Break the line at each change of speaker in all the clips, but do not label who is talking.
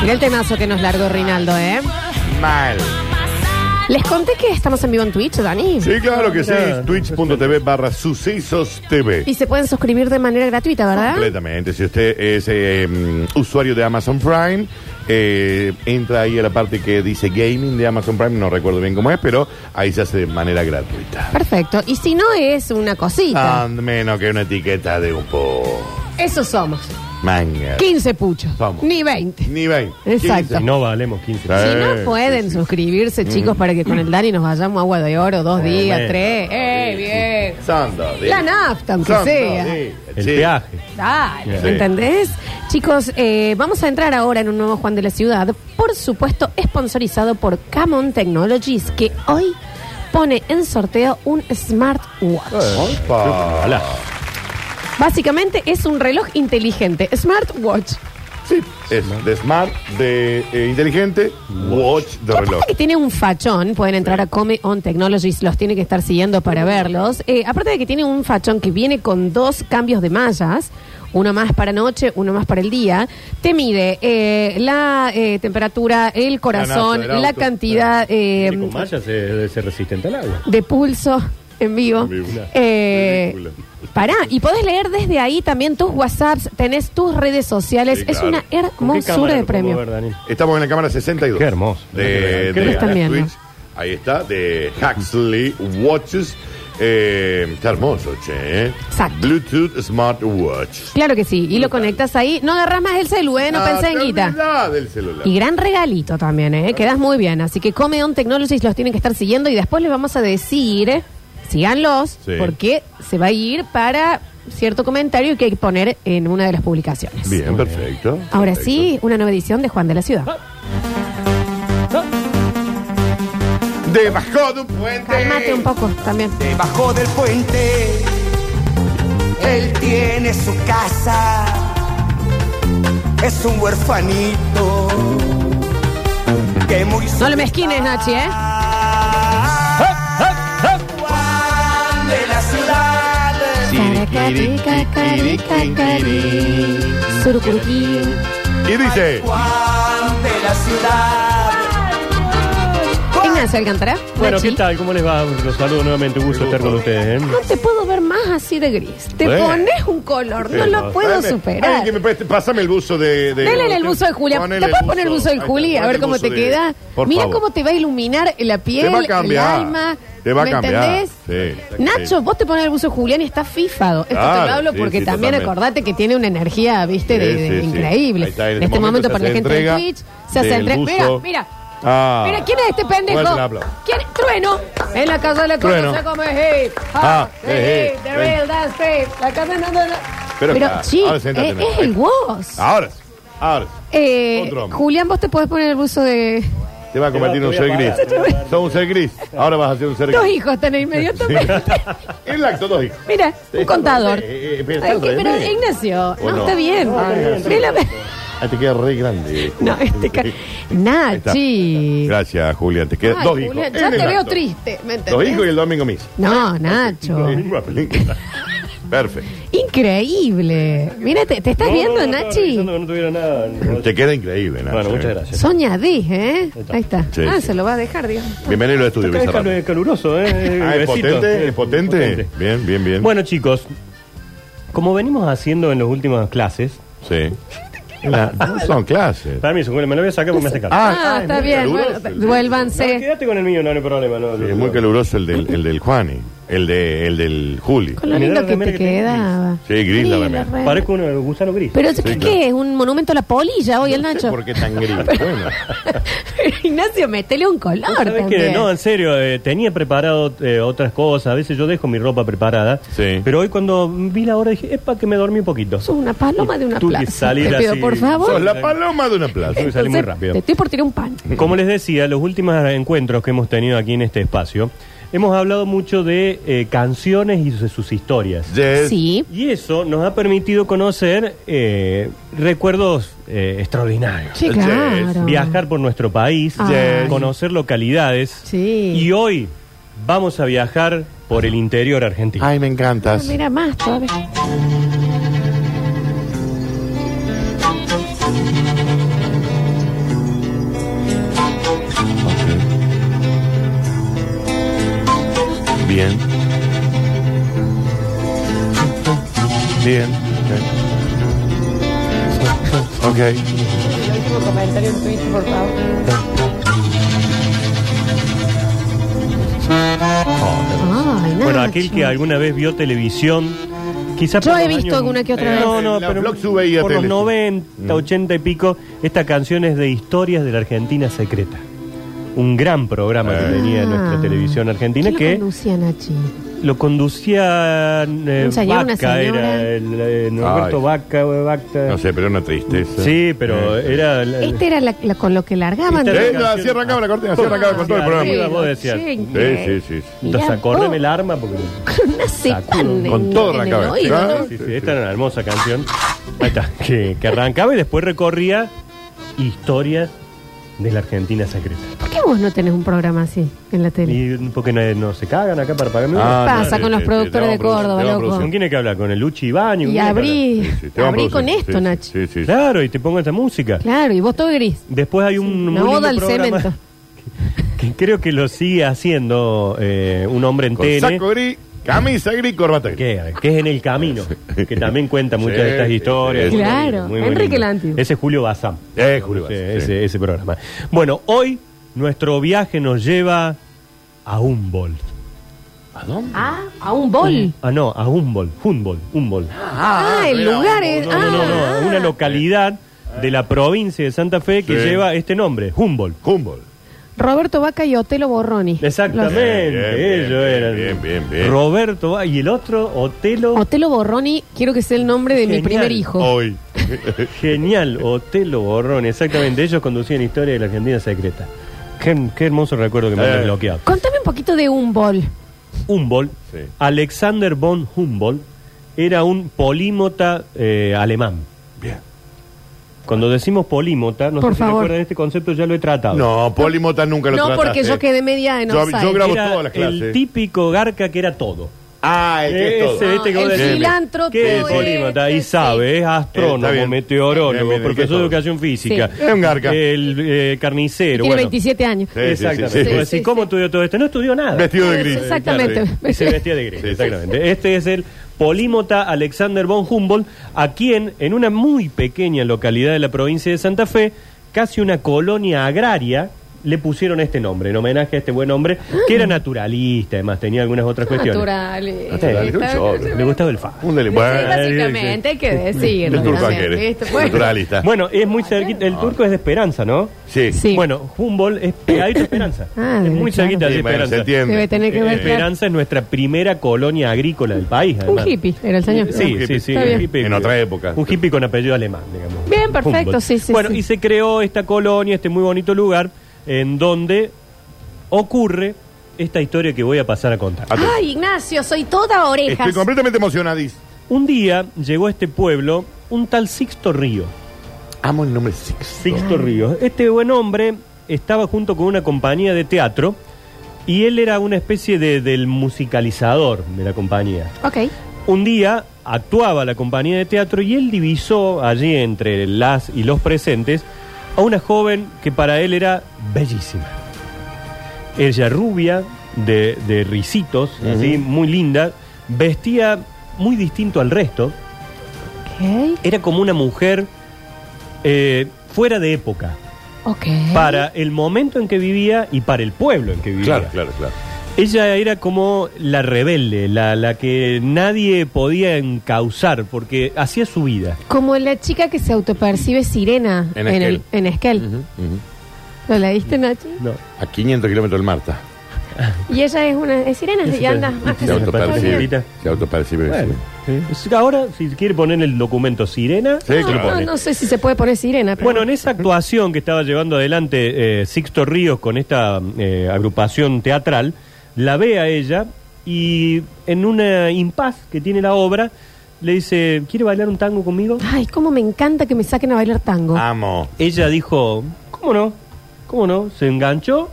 Mirá el temazo que nos largó Rinaldo, ¿eh?
Mal.
Les conté que estamos en vivo en Twitch, Dani.
Sí, claro que sí.
Mirá.
Twitch.tv barra sucesos TV.
Y se pueden suscribir de manera gratuita, ¿verdad?
Completamente. Si usted es eh, mm, usuario de Amazon Prime, eh, entra ahí a la parte que dice gaming de Amazon Prime, no recuerdo bien cómo es, pero ahí se hace de manera gratuita.
Perfecto. Y si no, es una cosita.
Tan menos que una etiqueta de un po.
Eso somos.
Eh. Manga.
15 puchos.
Somos.
Ni 20.
Ni veinte.
Exacto.
Si no valemos 15.
Ah,
Si
Eh,
no pueden
sí, Mm. sí.
suscribirse, chicos, para que con el Dani nos vayamos agua de oro dos días,
bueno,
tres. ¡Eh, bien!
Son dos días.
La nafta, aunque
Son dos
sea.
días.
El
Sí.
peaje.
Dale,
Sí.
¿entendés? Chicos, eh, vamos a entrar ahora en un nuevo Juan de la Ciudad, por supuesto, sponsorizado por Camon Technologies, que hoy pone en sorteo un smartwatch.
Opa.
Ojalá.
Básicamente es un reloj inteligente, smartwatch.
Sí, es de smart, de eh, inteligente, watch de
Y
reloj.
aparte que tiene un fachón, pueden entrar a Come On Technologies, los tiene que estar siguiendo para verlos. Eh, aparte de que tiene un fachón que viene con dos cambios de mallas, uno más para noche, uno más para el día, te mide eh, la eh, temperatura, el corazón,
Ganazo del
la
auto.
cantidad eh,
Y con malla se debe ser resistente al agua.
de pulso en vivo.
En vivo.
Eh,
Ridículo.
pará, y podés leer desde ahí también tus WhatsApps, tenés tus redes sociales,
Sí,
es
claro.
una
¿Con qué cámara
hermosura de
lo podemos ver,
premio.
Daniel?
Estamos en la cámara 62.
Qué hermoso.
De,
Qué
de
lindo.
Están viendo.
Twitch. Ahí está, de Huxley Watches. Eh, está hermoso, che. ¿eh?
Exacto.
Bluetooth Smartwatch.
Claro que sí, y lo conectas ahí, no agarras más el celu, ¿eh? no pensé en guita.
Ah, del celular.
Y gran regalito también, ¿eh? Quedas muy bien. Así que Come On Technologies los tienen que estar siguiendo y después les vamos a decir, síganlos,
Sí.
porque se va a ir para cierto comentario que hay que poner en una de las publicaciones.
Bien, perfecto.
Ahora
perfecto.
sí, una nueva edición de Juan de la Ciudad.
Debajo de un puente.
Cálmate un poco también.
Debajo del puente, él tiene su casa. Es un huerfanito que muy
No lo mezquines, Nachi, ¿eh?
Juan de la ciudad.
Surucuriquí.
Y dice.
Juan de la ciudad.
Ignacio Alcántara.
Bueno,
Nachi.
¿qué tal? ¿Cómo les va? Los saludo nuevamente. Un gusto estar con ustedes. ¿eh?
No te puedo ver más así de gris. Te
Bueno.
pones un color, no lo
Sí,
puedo
Dame- alguien
superar.
que me preste- pásame el buzo de. de
Dale el buzo de Julia.
Ponele
¿Te puedes poner el buzo
Ahí
de
está,
Juli? A
ponete
ver
el
cómo
buzo
te
de-
queda.
Por
Mira
favor.
cómo te va a iluminar la piel,
Te va a cambiar.
el alma.
Te va a
¿Me
cambiar.
entendés?
Sí, sí.
Nacho, vos te pones el buzo de Julián y estás fifado. Esto te
Claro,
lo hablo
sí,
porque
sí,
también
totalmente.
acordate que tiene una energía, viste, de,
Sí,
de-
sí, sí.
increíble.
Ahí está,
en, este momento,
se
para la
hace
gente de
entrega
Twitch, se hace
del
entrega. Mira,
buzo.
mira.
Ah.
Mira, ¿quién es este
Fuerte
pendejo?
el aplauso.
¿Quién? Trueno. En la casa de la cosa
Trueno.
se come hip.
Ah,
Ah,
sí,
the
sí,
hip, the
sí.
real dance tape. La casa no, no, no.
Pero
Pero,
claro,
sí,
ahora sentate,
eh,
no.
es el Woz.
Ahora sí, ahora sí.
Eh,
Otro hombre.
Julián, vos te podés poner el buzo de.
Te va a convertir en un
Te
ser
voy a
gris. Sos un ser gris. Ahora vas a ser un ser
Dos
gris.
hijos están ahí inmediatamente.
El acto, dos hijos.
Mira, un contador.
Eh, eh, pero
Ay,
está
que- pero
tremendo.
Ignacio,
¿O
no,
no?
está bien. Mira la-
Ah, te queda re grande.
No, este ca-
Ahí está.
Nachi.
Gracias, Julián. Te queda
Ay,
dos
Julián,
hijos.
ya
En
te
el
veo
acto.
triste, ¿me entendés?
Dos hijos y el domingo mis.
No, Nacho.
Perfecto.
Increíble. Mira, te, te estás
No, no,
viendo,
no, no,
Nachi.
revisando que no tuviera nada.
Te queda increíble, Nacho.
Bueno,
eh.
muchas gracias.
Soñadís, ¿eh? Ahí está.
Sí,
ah,
sí.
se lo va a dejar, digamos.
Bienvenido al estudio,
Acá Es
Bizarrap.
cal- caluroso, ¿eh?
Ah, ¿es
Besito.
potente?
Eh,
¿Es potente? Bien, bien, bien.
Bueno, chicos, como venimos haciendo en las últimas clases,
Sí. Ah, no son clases.
para mí, me lo voy a sacar porque me hace calor.
Ah, está
muy
bien.
caluroso
bueno,
el-
No,
Vuélvanse.
quédate con el mío, no, no hay problema. No,
Sí, Es muy caluroso el del, el del Juani, el, de, el del Juli.
Con lo
Mirá
lindo
la
que
remera
te
que tengo
quedaba.
Sí, gris la remera.
remera.
Parezco un gusano gris.
Pero ¿qué,
claro.
qué es? ¿Un monumento a la polilla hoy el Nacho?
¿Por qué tan gris? Bueno,
Ignacio, metele un color
¿Sabés
también.
qué? No, en serio, eh, tenía preparado eh, otras cosas. A veces yo dejo mi ropa preparada.
Sí.
Pero hoy cuando vi la hora dije, epa, que me dormí un poquito.
Sos una paloma de una
Tuve que
plaza.
salir
Te pido,
así.
por favor.
sos la paloma de una plaza.
Tuve que salir muy
Entonces,
rápido.
Te estoy por tirar un pan.
Como les decía, los últimos encuentros que hemos tenido aquí en este espacio, hemos hablado mucho de eh, canciones y de sus historias.
Yes.
Sí.
Y eso nos ha permitido conocer eh, recuerdos eh, extraordinarios.
Sí,
Yes.
claro.
Viajar por nuestro país,
Ay.
conocer localidades.
Sí.
Y hoy vamos a viajar por el interior argentino.
Ay, me encantas.
Ah, Mira más todavía.
Bien. Bien. Ok. Ok.
El último comentario en Twitch, por favor. Ay,
Bueno,
Nacho.
aquel que alguna vez vio televisión, quizás
Ah, Yo he visto alguna que otra
Eh,
vez.
No, no,
La
pero
Block sube ahí a
por los
tele.
90,
Mm.
80 y pico, esta canción es de Historias de la Argentina Secreta. Un gran programa
Ah.
que tenía nuestra televisión argentina
¿Quién lo
que Eh.
conducía, Nachi?
lo conducía eh,
Un señor, una
Vaca,
señora.
era el, eh, Norberto
Ay.
Vaca, eh, Vaca.
No sé, pero una tristeza.
Sí, pero
Eh.
era... la-
Esta Este era la, la con lo que largaban.
Esta
¿no?
Este era
Eh, no, así arrancaba la cortina, así arrancaba con todo el
Ah,
programa.
sí. vos decías.
Sí,
Sí, sí, sí.
Entonces
Mirá,
acordeme el
vos,
arma porque...
Con una cepa
Sacudo.
en-
Con todo
en el
arrancaba.
oído,
Ah,
¿no?
Sí, sí, esta era una hermosa canción. Ahí está, que, que arrancaba y después recorría historias de la Argentina secreta.
¿Por qué vos no tenés un programa así en la tele?
Y porque no, no se cagan acá para pagarme.
Ah,
pasa
no,
con
sí,
los
sí,
productores
te
de
vamos a
Córdoba,
producir, te vamos a
loco?
¿Con quién hay que hablar? ¿Con el Luchi Ibañez?
Y
¿Con quién hay que hablar?
abrí,
Sí, sí, te vamos a
abrí
producir.
con esto,
Sí, sí,
Nacho.
Sí, sí. sí.
Claro, y te pongo esta música.
Claro, y vos todo gris.
Después hay un.
Una
muy lindo
oda al
programa
cemento.
Que creo que lo sigue haciendo eh, un hombre en
Con
tele.
saco gris, camisa gris, corbata gris.
que, que es en el camino, que también cuenta muchas
Sí,
de estas
sí,
historias.
sí, sí.
Claro, Enrique
lindo.
Lanti.
Ese es Julio Bazán.
Eh, Julio Bazán,
Ese-
sí.
Ese, ese programa. Bueno, hoy nuestro viaje nos lleva a Humboldt.
¿A dónde?
Ah, a un bol.
Ah, no, a Humboldt, Humboldt, Humboldt.
Ah, el
mira,
lugar
vos,
es.
No, no, no, no,
ah,
a una localidad de la provincia de Santa Fe que
Sí.
lleva este nombre, Humboldt.
Humboldt.
Roberto Vaca y Otelo Borroni.
Exactamente,
Bien, bien,
ellos
bien,
eran.
bien, bien, bien.
Roberto, ah, y el otro, Otelo.
Otelo Borroni, quiero que sea el nombre de mi
Genial.
primer hijo.
Hoy.
Genial, Otelo Borrón, exactamente. Ellos conducían Historia de la Argentina Secreta. Qué, qué hermoso recuerdo que me
Eh.
han desbloqueado.
Contame un poquito de un bol.
Humboldt,
Sí.
Alexander von Humboldt, era un polímota eh, alemán.
Bien.
Cuando decimos polímota, no
Por
sé si
favor.
recuerdan este concepto, ya lo he tratado.
No, Polimota nunca lo
No,
trataste.
porque yo quedé media eh. en
Yo-
offside.
yo grabo-
Era
todas las clases.
el típico garca que era todo.
Ah, el que es todo.
Ese, viste que
Ah,
vos
el
decís,
filántropo
¿Qué
este,
polímota? Y
sí.
sabe, es
Está
astrónomo,
bien. Bien,
meteorólogo,
bien, el que es
profesor de
todo.
educación física.
Sí. Es un garca.
El eh, carnicero.
Tiene
bueno.
27 años.
Sí,
Exactamente.
sí, sí, sí.
Vos decís, ¿Cómo estudió todo esto? No estudió nada.
Vestido de gris.
Exactamente.
Claro.
Y se vestía de gris.
Sí, sí.
exactamente. Este es el polímota Alexander von Humboldt, a quien en una muy pequeña localidad de la provincia de Santa Fe, casi una colonia agraria, le pusieron este nombre, en homenaje a este buen hombre, que era naturalista, además tenía algunas otras cuestiones.
Naturales.
Naturales,
Está-
un chorro.
Le gustaba el fa.
Un deli-
Sí,
Bueno,
básicamente, hay que
El
decirlo.
turco
realmente,
Aquere.
¿viste? Bueno.
Naturalista.
Bueno, es muy cerquita,
Ah.
el turco es de Esperanza, ¿no?
sí.
Sí.
Bueno, Humboldt es pegadito a Esperanza.
Ah,
es muy
claro.
cerquita de
Sí, bueno, se
Esperanza.
entiende.
Debe tener que ver, claro.
Eh, Esperanza es nuestra primera colonia agrícola del país.
Un
además.
hippie era el señor.
Sí,
Un
sí,
hippie.
sí.
Está bien.
En otra época.
Un hippie con apellido alemán, digamos.
Bien, perfecto, sí, sí,
Bueno,
sí.
y se creó esta colonia, este muy bonito lugar, en donde ocurre esta historia que voy a pasar a contar.
Atento.
Ay, Ignacio, soy toda orejas.
Estoy completamente emocionadís.
Un día llegó a este pueblo un tal Sixto Río.
Amo el nombre Six.
Sixto Ríos. Este buen hombre estaba junto con una compañía de teatro y él era una especie de, del musicalizador de la compañía.
Ok.
Un día actuaba la compañía de teatro y él divisó allí entre las y los presentes a una joven que para él era bellísima. Ella rubia, de, de risitos, así, muy linda, vestía muy distinto al resto,
Ok.
era como una mujer eh, fuera de época
Ok.
para el momento en que vivía y para el pueblo en que vivía.
Claro, claro, claro.
Ella era como la rebelde, la, la que nadie podía encauzar, porque hacía su vida.
Como la chica que se autopercibe sirena en,
En
el,
Esquel.
en Esquel.
Ujú, ujú.
¿Lo leíste, Nacho?
No.
A 500 kilómetros del Marta.
Y ella es una. Es sirena y anda.
Sí,
más que
sí,
Se
sí.
sirena.
autopercibe.
Señorita.
Se autopercibe.
Bueno,
Sí.
sí. Ahora, si quiere poner el documento sirena,
Sí,
se lo
No,
claro.
no,
pone.
no sé si se puede poner sirena. pero-
Bueno, en esa actuación que estaba llevando adelante eh, Sixto Ríos con esta eh, agrupación teatral, la ve a ella y en una impas que tiene la obra, le dice, ¿quiere bailar un tango conmigo?
Ay, cómo me encanta que me saquen a bailar tango.
Amo.
Ella dijo, ¿cómo no? ¿Cómo no? Se enganchó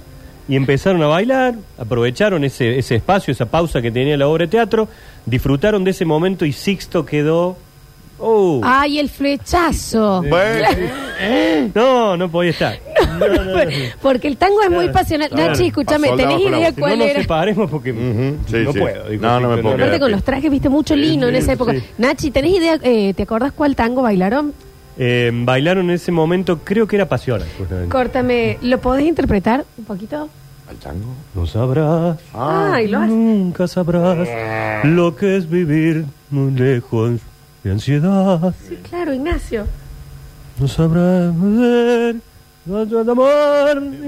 y empezaron a bailar, aprovecharon ese, ese espacio, esa pausa que tenía la obra de teatro, disfrutaron de ese momento y Sixto quedó... ¡Oh!
Ah. Ay, el flechazo.
Bueno,
No, no podía estar.
No, no, Porque el tango es muy pasional.
Claro.
Nachi, escúchame,
Soldado
¿tenés
con la
idea
voz.
Si no
cuál
nos
era?
separemos porque
Ujú, sí,
no
sí.
puedo. dijo
No, no me
Tito,
puedo
Aparte
quedar.
con los trajes, viste mucho lino en esa época.
sí.
Nachi, ¿tenés idea? eh, ¿Te acordás cuál tango bailaron?
Eh, bailaron en ese momento, creo que era Pasiones, justamente.
Córtame, ¿lo podés interpretar un poquito?
¿Al tango?
No sabrás,
Ay, lo hace.
nunca sabrás lo que es vivir muy lejos de ansiedad.
Sí, claro, Ignacio.
No sabrás ver nuestro amor y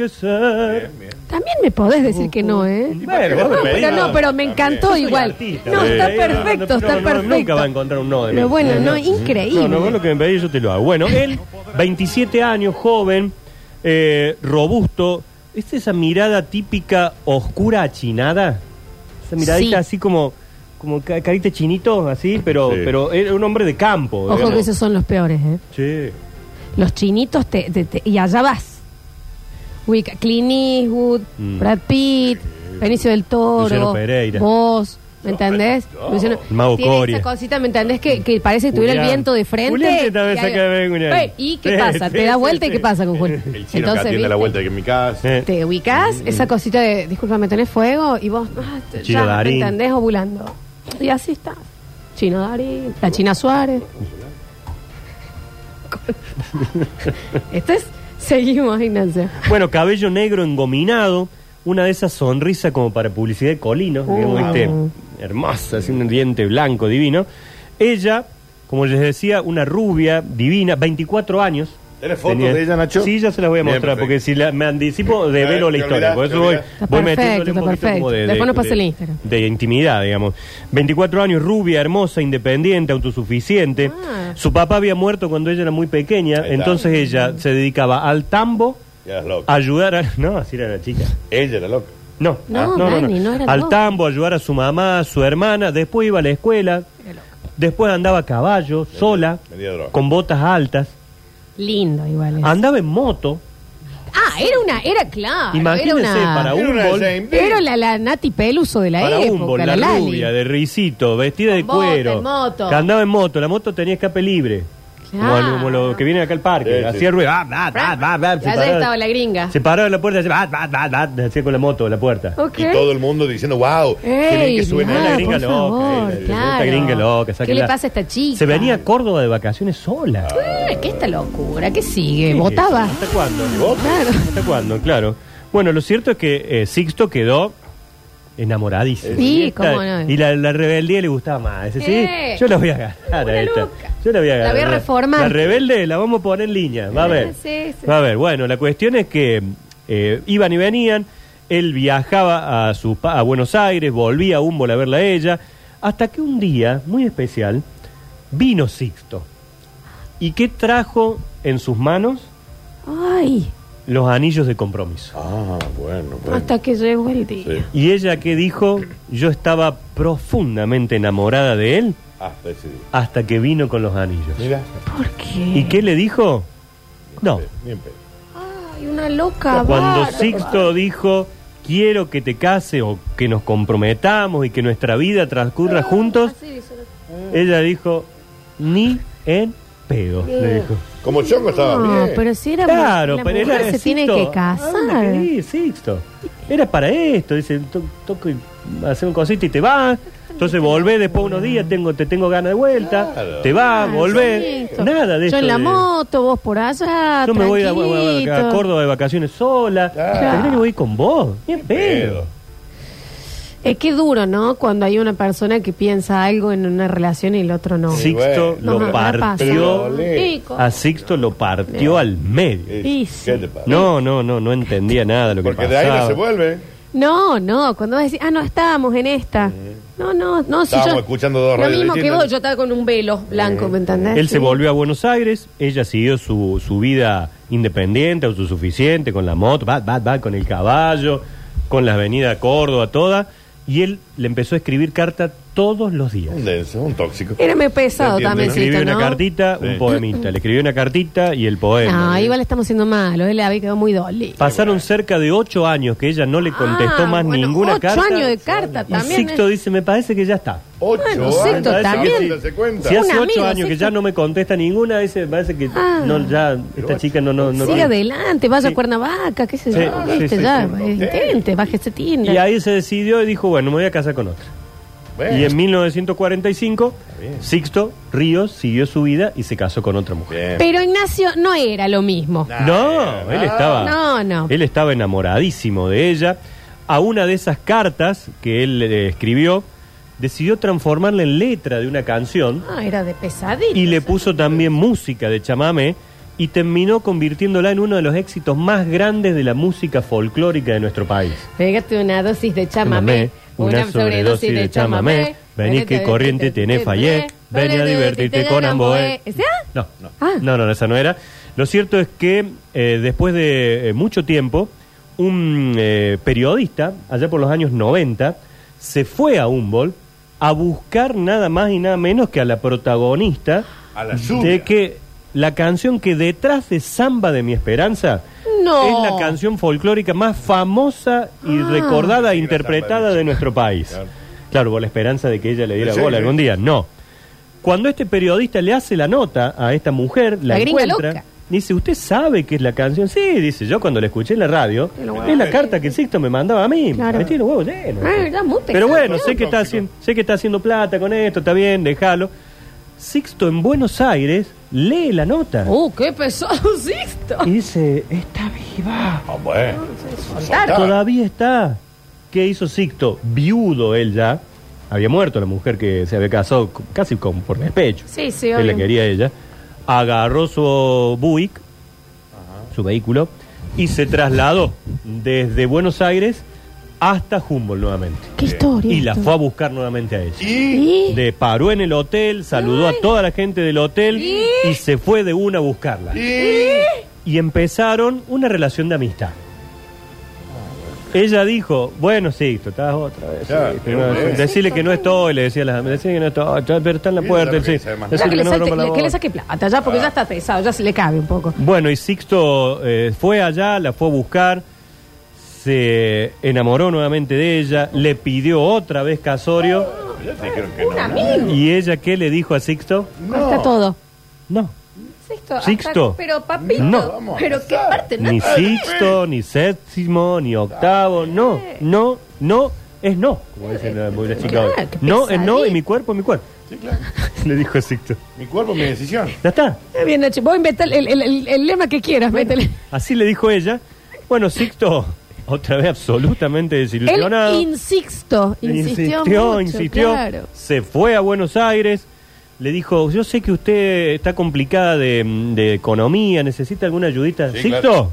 enloquecer.
También me podés decir que no, ¿eh?
Bueno, vos
No, pero
me pedís.
no, pero me encantó
Soy
igual.
artista,
no,
sí.
está
Sí.
perfecto,
No, no,
está
no,
perfecto.
Nunca va a encontrar un no de mí.
Pero bueno, no,
No,
increíble.
no, vos lo que me pedís yo te lo hago. Bueno, él, 27 años, joven, eh, robusto. ¿Es esa mirada típica oscura achinada? Esa miradita
Sí.
así como, como ca- carita chinito, así, pero,
Sí.
pero era un hombre de campo.
Ojo
digamos.
que esos son los peores, ¿eh?
Che.
Los chinitos te, te- te- y allá vas. Wick, Clint Eastwood,
Mm.
Brad Pitt, Benicio del Toro,
Luciano Pereira.
vos, ¿me entendés? Luciano,
El Mago
tiene
Coria.
esa cosita, ¿me entendés? Que, que parece que tuviera el
Julián.
viento de frente.
Julián te está
y,
saca
haga-
de Julián.
Ey, ¿y qué
Sí,
pasa?
sí,
¿Te da
sí,
vuelta y
sí.
qué pasa con Julián?
El chino que atiende a la
¿viste?
vuelta de mi casa.
Eh.
Te ubicás, esa cosita de, discúlpame, tenés fuego y vos, ah, te-
Chino
ya, ¿me
Darín.
entendés? Ovulando. Y así está. Chino Darín, la China Suárez. Esto es, seguimos, Ignacio.
Bueno, cabello negro engominado, una de esas sonrisas como para publicidad de Colino, que
Uh.
viste, hermosa, así un diente blanco divino. Ella, como les decía, una rubia divina, 24 años.
¿Tenés fotos de ella, Nacho?
Sí, ya se las voy a
Bien,
mostrar,
perfecto.
porque si la- me anticipo, develo
Eh, te
la historia.
olvidás,
Por
te
eso voy,
olvidás.
Está
voy
perfecto,
metiéndole un
está
poquito
perfecto.
como de,
Después
de-
nos pasa el
de-
Instagram.
de intimidad, digamos. 24 años, rubia, hermosa, independiente, autosuficiente.
Ah.
Su papá había muerto cuando ella era muy pequeña,
Ahí está.
entonces ella se dedicaba al tambo,
Ya eras loca.
ayudar a... No, así era la chica.
Ella era loca.
No,
No,
ah, no,
Dani, no era
Al
loca.
tambo, ayudar a su mamá, a su hermana, después iba a la escuela, después andaba a caballo, sola,
vendía droga.
con botas altas,
Lindo igual. es.
andaba en moto,
Ah, era una, era claro. Ah, Era
imagínense,
una.
para
Era
un
una de
bol,
James Dean.
Era la, la Nati Peluso de la
para
época,
un bol,
la,
la,
Lali.
rubia, de risito, vestida de
Con bota,
cuero,
en moto.
que andaba en moto, la moto tenía escape libre.
Claro.
Como, como lo que viene acá al
Sí,
parque,
sí.
hacía ruido. ah, bah, bah, bah, bah,
Y
se
allá
paraba-
estaba la gringa.
Se paraba en la puerta, hacía, ah, bah, bah, bah, bah, hacía con la moto la puerta.
Ok. Eh.
Y todo el mundo diciendo, wow, qué bien
Ey,
que suena.
mirá,
la gringa
ah, por
loca,
favor,
eh, la-
claro.
esta gringa loca,
¿Qué
sáquenla.
le pasa a esta chica?
Se venía a Córdoba de vacaciones sola.
Ah, ¿Qué esta locura? ¿Qué sigue?
Sí,
¿Votaba?
¿Hasta cuándo?
Claro.
¿Hasta cuándo? Claro. Bueno, lo cierto es que eh, Sixto quedó enamoradísimo.
Sí,
Y esta-
cómo no.
Y la, la rebeldía le gustaba más. Ese, sí,
Eh,
yo la voy a ganar
una
a esta.
loca.
Yo la voy a
La
ganar.
voy a reformar.
La rebelde la vamos a poner en línea. Va a
Eh,
ver.
sí, sí.
Va a ver. Bueno, la cuestión es que eh, iban y venían. Él viajaba a, su, pa- a Buenos Aires, volvía a Humboldt a verla a ella. Hasta que un día, muy especial, vino Sixto. ¿Y qué trajo en sus manos?
Ay,
los anillos de compromiso.
Ah, bueno, bueno.
hasta que llegó el día.
Sí,
Y ella que dijo, yo estaba profundamente enamorada de él
hasta ese día.
hasta que vino con los anillos.
Mira,
¿Por qué?
¿Y qué le dijo? No.
bien pedo.
Ay, una loca.
Cuando
bárbara.
Sixto dijo, quiero que te case o que nos comprometamos y que nuestra vida
Ah,
transcurra juntos, ella dijo, ni en pedo. Le dijo.
Como Chongo estaba
No,
bien.
pero si era
Claro,
la
pero
mujer
era Ah,
se tiene
Sixto,
que
¿a dónde
casar.
querés, Sixto? Era para esto, dice, to- toco y hacer un cosito y te vas. Entonces volvés después unos días, tengo, te tengo ganas de vuelta,
Claro.
te vas,
Ah,
volvés.
listo.
Nada de
Yo
esto
en la
de-
moto, vos por allá.
Yo me voy a,
tranquilito.
a- a Córdoba de vacaciones sola.
Claro.
¿Te crees que voy con vos? Bien pedo.
Pedo.
Es que duro, ¿no? Cuando hay una persona que piensa algo en una relación y el otro no.
Sí,
Sixto
bueno.
No,
lo
no pasa.
partió.
Pero le-
Chico.
A Sixto lo partió al medio.
Eh,
Y sí.
¿Qué te pasa?
No, no, no, no entendía nada lo que
Porque
pasaba.
de ahí no se vuelve.
No, no, cuando vas a decir, ah, no, estábamos en esta. No, no, no, si
Estábamos
yo-
escuchando dos
Lo
radios
mismo que
distintas.
vos, yo estaba con un velo blanco, ¿me entendés?
Él
Sí.
se volvió a Buenos Aires, ella siguió su, su vida independiente, autosuficiente, con la moto, va, va, va, con el caballo, con la avenida Córdoba, toda, y él le empezó a escribir carta todos los días.
Un denso, un tóxico.
Era medio pesado
Entiendo,
también,
¿no?
sí,
Escribió
¿no?
una cartita,
Sí.
un poemita. Le escribió una cartita y el poema.
No, Ah, igual le estamos haciendo malo. Él había quedado muy dolido.
Pasaron cerca de ocho años que ella no le contestó
Ah,
más
bueno,
ninguna
ocho
carta.
años de carta
Y
también,
Sixto
¿eh?
dice, me parece que ya está.
Ocho
Bueno,
años.
Sixto
¿sabes?
también.
Dándose cuenta.
Si hace
Un
ocho
amigo,
años que
Sixto.
ya no me contesta ninguna, dice, me parece que
Ah.
no, ya esta chica no... no, no
Sigue adelante, vaya
Sí.
a Cuernavaca, qué sé
Sí,
yo.
sí,
viste,
sí,
ya,
sí.
eh, intente, bájese Tinder.
Y ahí se decidió y dijo, bueno, me voy a casar con otra.
Bueno,
Y en 1945,
bien.
Sixto Ríos siguió su vida y se casó con otra
bien.
mujer.
Pero Ignacio no era lo mismo.
Nah,
No, él
nah.
estaba.
No, no.
Él estaba enamoradísimo de ella. A una de esas cartas que él eh, escribió, decidió transformarla en letra de una canción
No, Ah, era de pesadilla.
y le puso también música de chamamé y terminó convirtiéndola en uno de los éxitos más grandes de la música folclórica de nuestro país.
Pégate una dosis de chamamé.
Una sobredosis de chamamé. Vení que corriente tiene fallé. Ven a divertirte con Amboé.
¿Esa?
No, no.
Ah.
No, no, esa no era. Lo cierto es que eh, después de eh, mucho tiempo, un eh, periodista, allá por los años 90, se fue a Humboldt a buscar nada más y nada menos que a la protagonista
A la
de
lluvia.
que la canción que detrás de Samba de mi esperanza
No.
es la canción folclórica más famosa y
Ah.
recordada e
Sí, la Samba
interpretada
de
de nuestro país.
Claro.
Claro, por la esperanza de que ella le diera
Sí,
bola
sí.
algún día. No. Cuando este periodista le hace la nota a esta mujer,
La
la,
gringa
encuentra,
loca.
dice, ¿usted sabe que es la canción? Sí, dice, yo cuando la escuché en la radio,
Pero bueno.
es la carta que Sixto me mandaba a mí.
Claro.
Me tiene huevo lleno.
Ah, ya muy
Pero
pesado.
bueno, sé que,
Tóxico.
está haciendo, sé que está haciendo plata con esto, está bien, déjalo. Sixto en Buenos Aires lee la nota
Uh, qué pesado, Sixto.
y dice, está viva.
Ah, bueno.
Soltar.
Claro.
Todavía está. ¿Qué hizo Sixto? Viudo él ya. Había muerto la mujer que se había casado c- casi con, por despecho.
Sí, sí,
Él la
obvio.
quería a ella. Agarró su Buick, su vehículo, y se trasladó desde Buenos Aires hasta Humboldt nuevamente.
Qué historia.
Y la
esto.
fue a buscar nuevamente a ella.
Y
¿Y?
De paró en el hotel, saludó a toda la gente del hotel y se fue de una a buscarla y empezaron una relación de amistad. Ella dijo, bueno, sí, tú estás otra vez. sí,
Claro,
tú no-
sí.
decirle que no estoy, le decía a las amigas, decirle que no estoy, ya, pero está en la
Sí,
puerta,
claro que
sí,
se llama.
decirle
Ya que, le
no me
salte-
rompa la
le- que le
bola.
saque plata, ya porque ya está pesado, ya se le cabe un poco.
Bueno, y Sixto eh, fue allá, la fue a buscar, se enamoró nuevamente de ella, le pidió otra vez casorio,
ya te dijeron que no.
Un amigo.
y ella, ¿qué le dijo a Sixto?
Hasta todo.
No,
Sixto.
Sixto.
hasta- pero papito,
No.
Vamos a
pero qué
empezar.
parte, ¿no?
ni sexto, ni séptimo, ni octavo, no, no, no, es no, como dicen las las chicas hoy.
Claro, qué
No, es no,
pesadilla.
y mi cuerpo es mi cuerpo.
Sí, claro.
Le dijo Sixto.
Mi cuerpo, mi decisión.
Ya está.
Está Bien, Nachi, vos inventar el, el- el- el lema que quieras, métele.
Así le dijo ella. Bueno, Sixto, otra vez absolutamente desilusionado.
El insixto. Insistió, mucho,
insistió.
Claro.
Se fue a Buenos Aires. Le dijo, yo sé que usted está complicada de, de economía, necesita alguna ayudita.
Sí,
Sixto,
claro.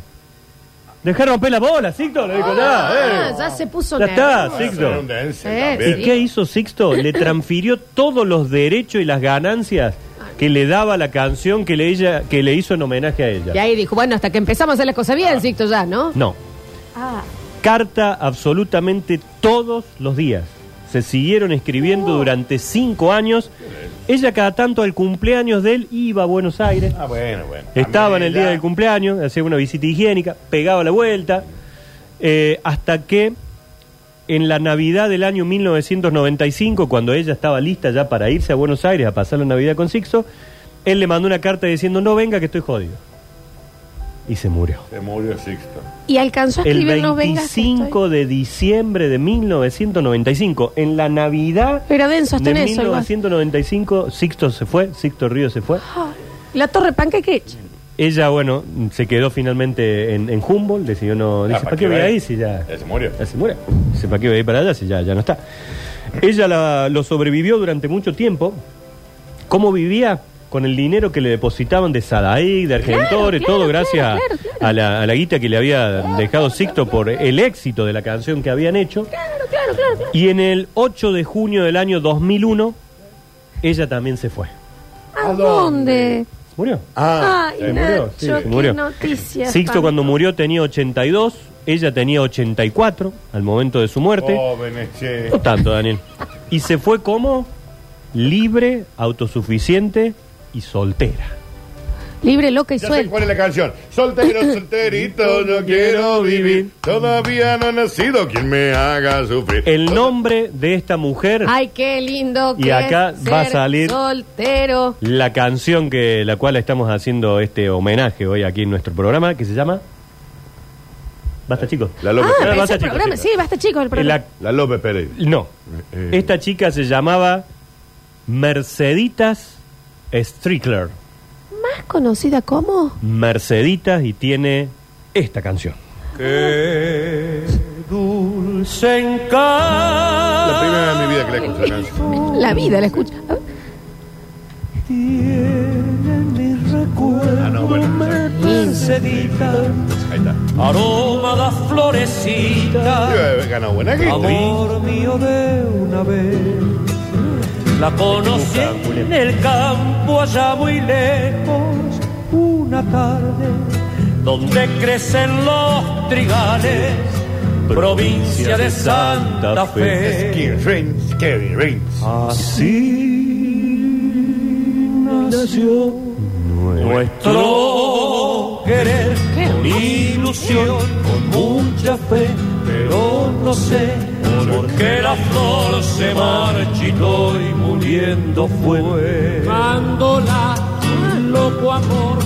dejá romper la bola, Sixto. Le dijo, ya,
Ah,
eh.
ya se puso
Ya está,
nervioso.
sí. Sixto.
Era un denso
Eh,
también.
¿Y qué hizo Sixto? Le transfirió todos los derechos y las ganancias que le daba la canción que le, ella, que le hizo en homenaje a
Y
ella.
ahí dijo, bueno, hasta que empezamos a hacer las cosas bien, Sixto, ya, ¿no?
Ah. No,
Ah,
carta absolutamente todos los días. Se siguieron escribiendo durante cinco años. Ella cada tanto al cumpleaños de él iba a Buenos Aires.
Ah, bueno, bueno.
Estaba en el día
Amiga.
del cumpleaños, hacía una visita higiénica, pegaba la vuelta, eh, hasta que en la Navidad del año 1995, cuando ella estaba lista ya para irse a Buenos Aires a pasar la Navidad con Sixto, él le mandó una carta diciendo, no venga que estoy jodido. Y se murió.
Se murió Sixto.
y alcanzó a
El
escribir No vengas. que estoy-
25 de diciembre de 1995, en la Navidad
Era denso hasta
de
en eso. igual.
1995, Sixto se fue, Sixto Río se fue.
Ah, La torre pancake.
Ella, bueno, se quedó finalmente en, en Humboldt, decidió no... Dice,
Ah, ¿pa'
¿para
qué
qué voy
va
ahí
ahí?
si ya...
Ya Eh, se murió.
Ya se muere. Dice, ¿para qué voy a ir para allá si ya, ya no está? Ella la- lo sobrevivió durante mucho tiempo. ¿Cómo vivía? Con el dinero que le depositaban de Sadaí, de Argentores,
claro,
todo
claro,
gracias a-
claro, claro.
A, la, a la guita que le había dejado Sixto por el éxito de la canción que habían hecho.
Claro, claro, claro. claro.
Y en el 8 de junio del año 2001, ella también se fue.
¿A dónde?
Se murió.
Ay,
se
Nacho,
murió, sí, se
qué
murió.
noticias.
Sixto cuando murió tenía 82, ella tenía 84 al momento de su muerte.
Oh. Jóvenes, che.
No tanto, Daniel. Y se fue como libre, autosuficiente y soltera.
Libre, loca y
Ya sé
suelta.
cuál es la canción. Soltero, solterito, no quiero vivir. Todavía no ha nacido quien me haga sufrir.
El nombre de esta mujer,
Ay, qué lindo
Y
que
acá
es
va a
ser
salir-
soltero.
la canción que la cual estamos haciendo este homenaje hoy aquí en nuestro programa, que se llama Basta chicos.
Eh, La
Ah,
López
pero
Pérez.
basta,
ese
chicos,
programa,
chicos.
sí, basta chicos el
Eh,
programa.
La
la-
López Pérez.
no.
Eh,
Esta chica se llamaba Merceditas Strickler.
Más conocida como
Merceditas y tiene esta canción.
Qué dulce encanto
La primera vez en mi vida que la escucho la canción.
La vida, la escucha. Ah,
tiene mi recuerdo
Ah, no, bueno.
Mercedita,
Ahí está.
aroma da florecita
Yo he ganado buena gente.
Amor mío de una vez, la conocí en el campo allá muy lejos, una tarde donde crecen los trigales, provincia de Santa Fe.
Skin Rings, Kevin Rings.
Ah.
Así nació nuestro querer, con ilusión, con mucha fe, pero no sé por qué la flor se marchitó y muriendo fue.
Buscándola, un loco amor,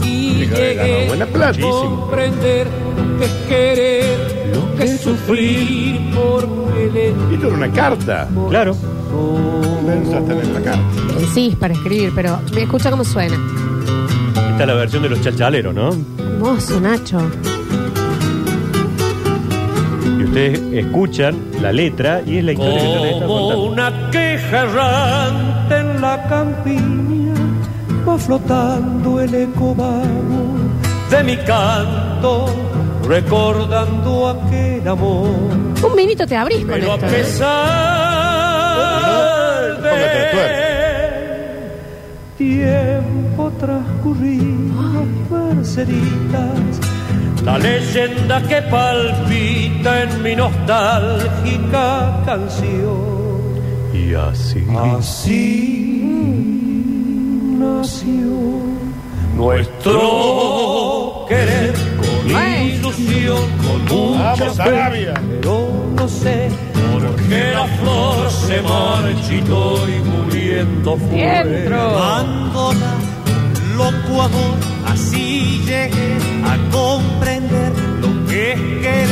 así
Chica, le ganó
llegué
buena plata.
a comprender lo que es querer, lo que es sufrir por él.
Esto era una carta.
Claro.
Pensaste en la carta.
eh, sí, para escribir, pero me escucha cómo suena.
Esta es la versión de los chachaleros, ¿no?
Hermoso, Nacho.
Y ustedes escuchan la letra y es la historia que yo les estaba
Como
contando.
una queja errante en la campiña, va flotando el eco vago de mi canto, recordando aquel amor.
Un minuto te abrís con
Pero a
esto. ¿eh?
pesar
Póngate a
de tiempo transcurrido, Merceditas, la leyenda que palpita en mi nostálgica canción.
Y así.
Así nació nuestro querer con
Bueno.
ilusión, con mucha
Vamos,
fe.
Arabia.
Pero no sé por qué la flor se marchitó y muriendo fue.
Abandona, loco amor, así llegué a comprender lo que es querer,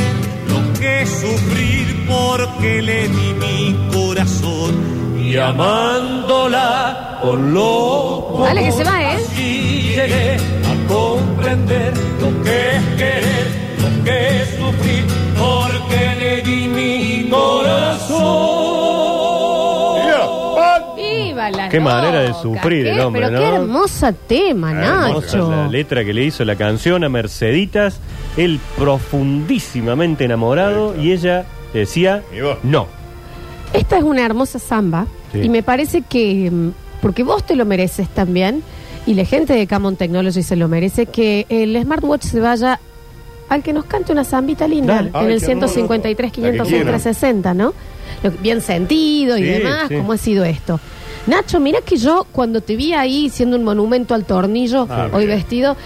lo que es sufrir, porque le di mi corazón.
Y amándola con loco
Dale que se
amor,
va, ¿eh?
Así llegué a comprender lo que es querer, lo que es sufrir, porque le di mi corazón.
Mira, ¡pan!
Viva la
Qué manera de
loca,
sufrir el
qué-
hombre,
pero
¿no?
Qué hermosa tema,
Hermosa
Ah, Nacho.
La letra que le hizo la canción a Merceditas, él profundísimamente enamorado y ella decía
¿Y vos?
no.
Esta es una hermosa samba
Sí.
y me parece que, mm, porque vos te lo mereces también y la gente de Camon Technology se lo merece, que el smartwatch se vaya al que nos cante una zambita linda
Dale.
en
Ay,
el
qué hermoso.
153,
La
500,
que quieran.
360, ¿no? Lo que- Bien sentido y
Sí,
demás,
sí.
cómo ha sido esto. Nacho, mira que yo cuando te vi ahí siendo un monumento al tornillo,
Ah,
hoy
bien.
vestido,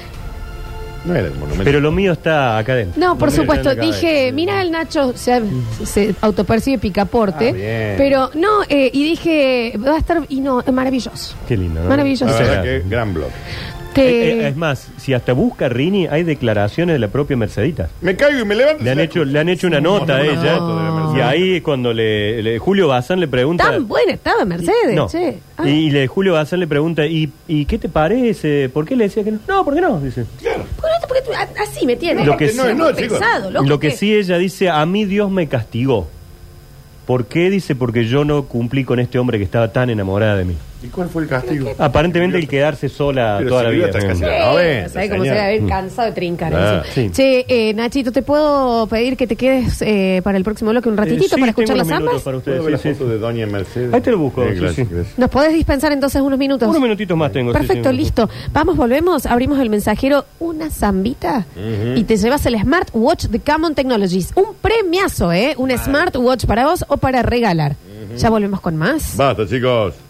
No era el monumento.
Pero lo mío está acá adentro.
no, por
Lo mío
supuesto.
está acá
Dije,
adentro.
mira el Nacho, se, se autopercibe picaporte.
Ah, bien.
pero no, eh, y dije, va a estar, y no, es maravilloso.
Qué lindo, ¿no?
Maravilloso. Eh,
La
Yo sé.
verdad que gran blog.
Te-
Eh, eh, es más, si hasta busca Rini, hay declaraciones de la propia Merceditas.
Me caigo y me levanto.
Le han hecho, le han hecho una
Sí,
nota a
una
ella.
foto de la
Y
Mercedes.
ahí es cuando le, le- Julio Bazán le pregunta.
tan buena estaba Mercedes,
No.
che. Ah,
Y, y le, Julio Bazán le pregunta, ¿y, y qué te parece? ¿Por qué le decía que no? No, ¿por qué no? Dice.
¿por qué- por qué tú- a- así me tienes.
Lo que sí-
no,
no, chicos.
pesado, loco,
Lo que
¿qué?
sí ella dice, a mí Dios me castigó. ¿Por qué? Dice, porque yo no cumplí con este hombre que estaba tan enamorada de mí.
¿Y cuál fue el castigo?
Aparentemente el quedarse sola
Pero
toda
si
la
vivió
vida.
hasta
¿no? Mm.
casi-
Sí,
Noventa,
¿sabes cómo se
señor.
debe haber cansado de trincar?
Ah,
eso?
sí.
Che, eh, Nachito, ¿te puedo pedir que te quedes eh, para el próximo bloque un
Eh,
ratitito
sí,
para
tengo
escuchar
unos
las
minutos
ambas?
para
¿Puedo ver
ustedes. sí,
la
sí.
foto de Doña Mercedes?
Ahí te lo busco, sí,
gracias,
sí.
gracias.
¿Nos podés dispensar entonces unos minutos?
Unos minutitos más tengo. este sí,
Perfecto,
sí.
listo. Vamos, volvemos, abrimos el mensajero, una zambita y te llevas el smartwatch de Camon Technologies. Un premiazo, ¿eh? Un smartwatch para vos o para regalar.
Ya volvemos con más.
Basta, chicos.